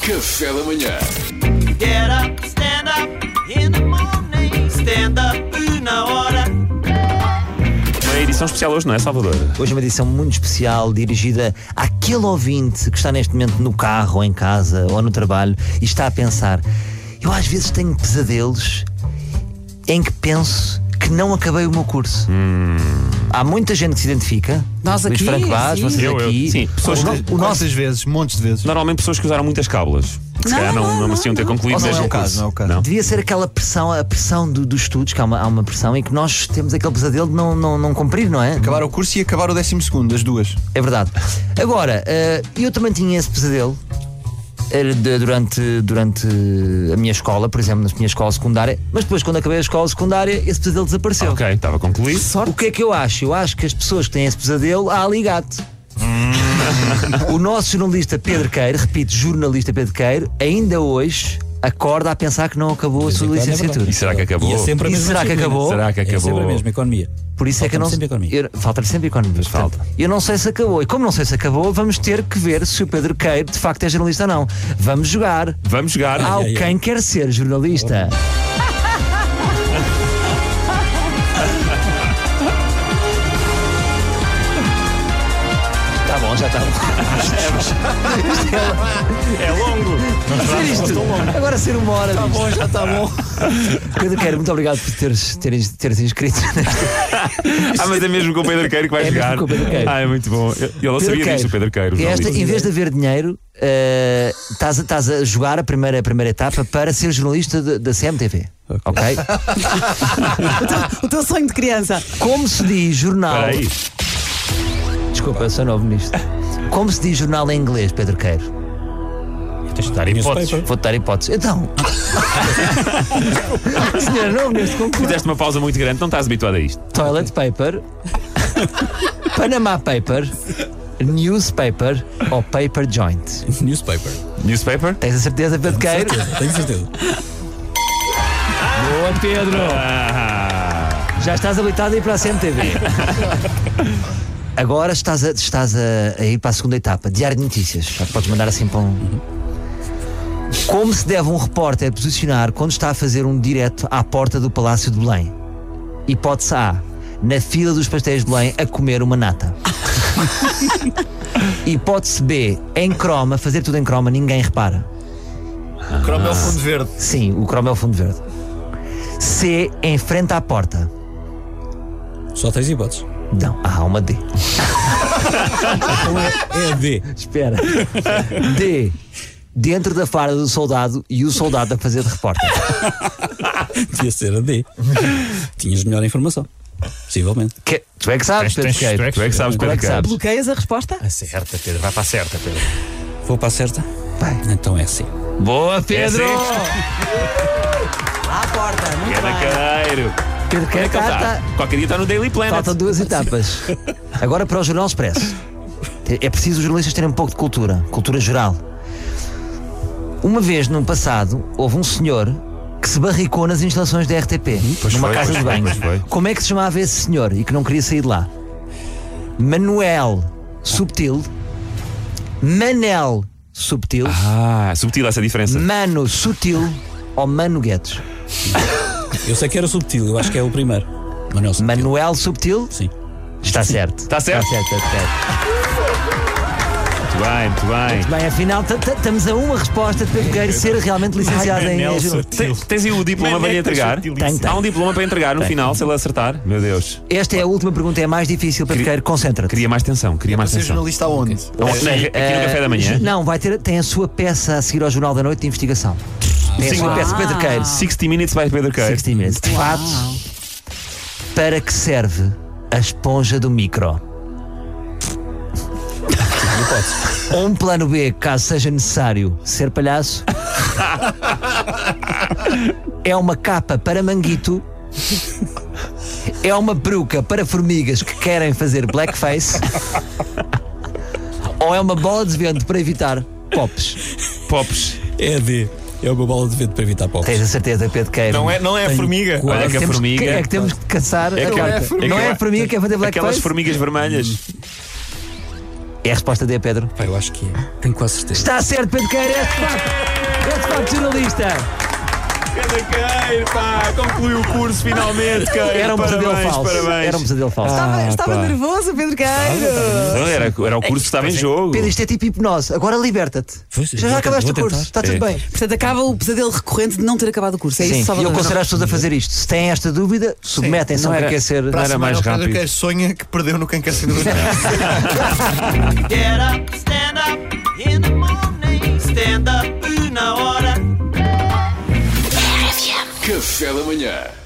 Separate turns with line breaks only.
Café da manhã.
Get up, stand up in the morning. Stand up na hora.
Uma edição especial hoje, não é, Salvador?
Hoje é uma edição muito especial dirigida àquele ouvinte que está neste momento no carro, ou em casa, ou no trabalho e está a pensar: eu às vezes tenho pesadelos em que penso que não acabei o meu curso.
Hum.
Há muita gente que se identifica.
Nós
Luís
aqui,
Franco Vaz,
sim.
vocês
Eu, eu.
aqui.
Sim, pessoas
o, no-
que-
o nosso.
Nossas vezes, montes de vezes.
Normalmente pessoas que usaram muitas cábulas. Se
Não,
calhar não,
não,
não,
não,
mereciam ter
não.
concluído
Ou não é
desde
o caso,
curso.
não é o caso.
Devia ser aquela pressão, a pressão do- dos estudos, que há uma, há uma pressão e que nós temos aquele pesadelo de não, não, não cumprir, não é?
Acabar o curso e acabar o décimo segundo, as duas.
É verdade. Agora, eh, eu também tinha esse pesadelo eh, de- durante, durante a minha escola, por exemplo, na minha escola secundária, mas depois, quando acabei a escola secundária, esse pesadelo desapareceu.
Ok, estava concluído.
O que é que eu acho? Eu acho que as pessoas que têm esse pesadelo há ali gato. o nosso jornalista Pedro Queiro, repito, jornalista Pedro Queiro, ainda hoje acorda a pensar que não acabou a sua
quando é verdade.
licenciatura.
E será que acabou?
E é sempre a
E
mesma
será que
disciplina.
acabou?
Será que
É sempre
acabou?
a mesma economia.
Por isso é que eu não.
Falta-me sempre economia.
eu- Falta-lhe sempre economia. Portanto,
falta.
Eu não sei se acabou. E como não sei se acabou, vamos ter que ver se o Pedro Queiro de facto é jornalista ou não. Vamos jogar
Vamos jogar.
ao
ai, ai.
quem quer ser jornalista. Tá bom, já está bom.
É longo.
Ser isto. Agora ser uma hora. Está Tá bom, já está bom. Pedro Queiro, muito obrigado por teres, teres, teres inscrito
Ah, mas é mesmo com o Pedro Queiro que vai
É mesmo
jogar.
com o Pedro Queiro.
Ah, é muito bom. Eu, eu não sabia disso, o Pedro Queiro. o
Esta, em
jornalista.
vez de haver dinheiro, eh, estás, a- estás a jogar a primeira, a primeira etapa para ser jornalista de- da CMTV. Ok?
O teu sonho de criança.
Como se diz jornal.
Espera aí.
Desculpa, eu sou novo nisto. Como se diz jornal em inglês, Pedro Queiro?
Tens de dar hipóteses.
Vou-te dar hipótese. Então. Senhora, novo neste concurso.
Fizeste uma pausa muito grande, não estás habituado a isto.
Toilet paper. Panama paper. Newspaper ou paper joint?
Newspaper.
Newspaper?
Tens a certeza, Pedro Queiro?
Certeza, tenho certeza.
Boa, Pedro!
Ah,
Já estás habilitado a ir para a CMTV. Agora estás, a, estás a, a ir para a segunda etapa, Diário de Notícias. Já podes mandar assim para um. Como se deve um repórter posicionar quando está a fazer um direto à porta do Palácio de Belém? Hipótese A. Na fila dos pastéis de Belém a comer uma nata. Hipótese B. Em croma, fazer tudo em croma, ninguém repara.
Cromo é o fundo verde.
Sim, o cromo é o fundo verde. C. Em frente à porta.
Só tens hipóteses.
Não, há uma D.
Então é, é D.
Espera. D. Dentro da farda do soldado e o soldado a fazer de repórter.
Devia ser a D. Tinhas melhor informação. Possivelmente.
Que- tu é que sabes, Pedro Queiro.
Tu é que sabes,
Tu
Pedro
é que
Queiro.
sabes.
Bloqueias a resposta?
Acerta, Pedro. Vai para a certa, Pedro. Vou para a certa?
Vai.
Então é assim.
Boa, Pedro!
É assim.
À porta. Muito
Pedro
bem.
Queiro. Onde
Pedro
é
Queiro
que ele
tá-
está?
tá-
Qualquer dia está no Daily Planet.
Faltam duas etapas. Agora para o Jornal Expresso. É preciso os jornalistas terem um pouco de cultura, cultura geral. Uma vez no passado, houve um senhor que se barricou nas instalações da RTP, numa
foi, Uhum. pois
casa de
foi,
banho.
pois foi.
Como é que se chamava esse senhor e que não queria sair de lá? Manuel Subtil, Manel Subtil,
Ah, subtil essa diferença.
Mano Sutil ou Mano Guedes?
Eu sei que era subtil. Eu acho que é o primeiro. Manuel Subtil.
Manuel Subtil?
Sim.
Está certo.
Está certo?
Está certo, está certo.
Muito bem, muito bem.
Bem, afinal, t- t- estamos a uma resposta de Pedro Gueiro ser realmente licenciado em
Manel
em-
Sutil. Te- Tens aí o diploma para lhe entregar?
Tenho, tenho.
Há um diploma para entregar no final, se ele acertar. Meu Deus.
Esta é a última pergunta, é a mais difícil, Pedro
Queria-
Gueiro. Concentra-te. Eh,
Queria mais tensão, queria mais
Ser
tensão.
jornalista aonde?
Não, não, Aqui no café da manhã.
Não, vai ter, tem a sua peça a seguir ao Jornal da Noite de Investigação. Tem a
Sim.
sua peça,
Uau.
Ah.
Pedro Queiro.
60 Minutes by Pedro Queiro.
60 Minutes. De fato, para que serve a esponja do micro? Ou um plano B, caso seja necessário ser palhaço. é uma capa para manguito. É uma peruca para formigas que querem fazer blackface. Ou é uma bola de vento para evitar pops.
Pops.
É a D. É uma bola de vento para evitar pop.
Tens a certeza, Pedro Queiro?
é, não é a formiga.
Olha que a
Temos que-
formiga.
é que temos que caçar.
É
a
que-
capa.
é que-
não é a formiga que é fazer
Aquelas
blackface?
formigas vermelhas.
É a resposta D, Pedro?
Pá, eu acho que é. Tenho quase certeza.
Está certo, Pedro Queira, é de facto, é de facto jornalista.
Canaqueiro, pá, concluiu o curso finalmente, Queiro.
Era um pesadelo
parabéns,
falso.
Parabéns.
Era um pesadelo falso.
Estava, estava
pá.
nervoso, Pedro Queiro.
Não, era, era o curso que estava em jogo.
Pedro, isto é tipo hipnose. Agora liberta-te.
Pois,
Já,
vou
já acabaste o
tentar.
curso, está tudo
É.
bem.
Portanto, acaba o pesadelo recorrente de não ter acabado o curso. É
Sim,
isso,
e eu
Salvador?
considero as pessoas a fazer isto. Se têm esta dúvida, submetem-se
Não
ao que
era-
quer ser.
Não era
Mas
mais
É o Pedro
rápido.
Queiro sonha que perdeu no quem quer ser milionário.
Get up, stand up in the morning. Stand up, una hora.
Café da manhã.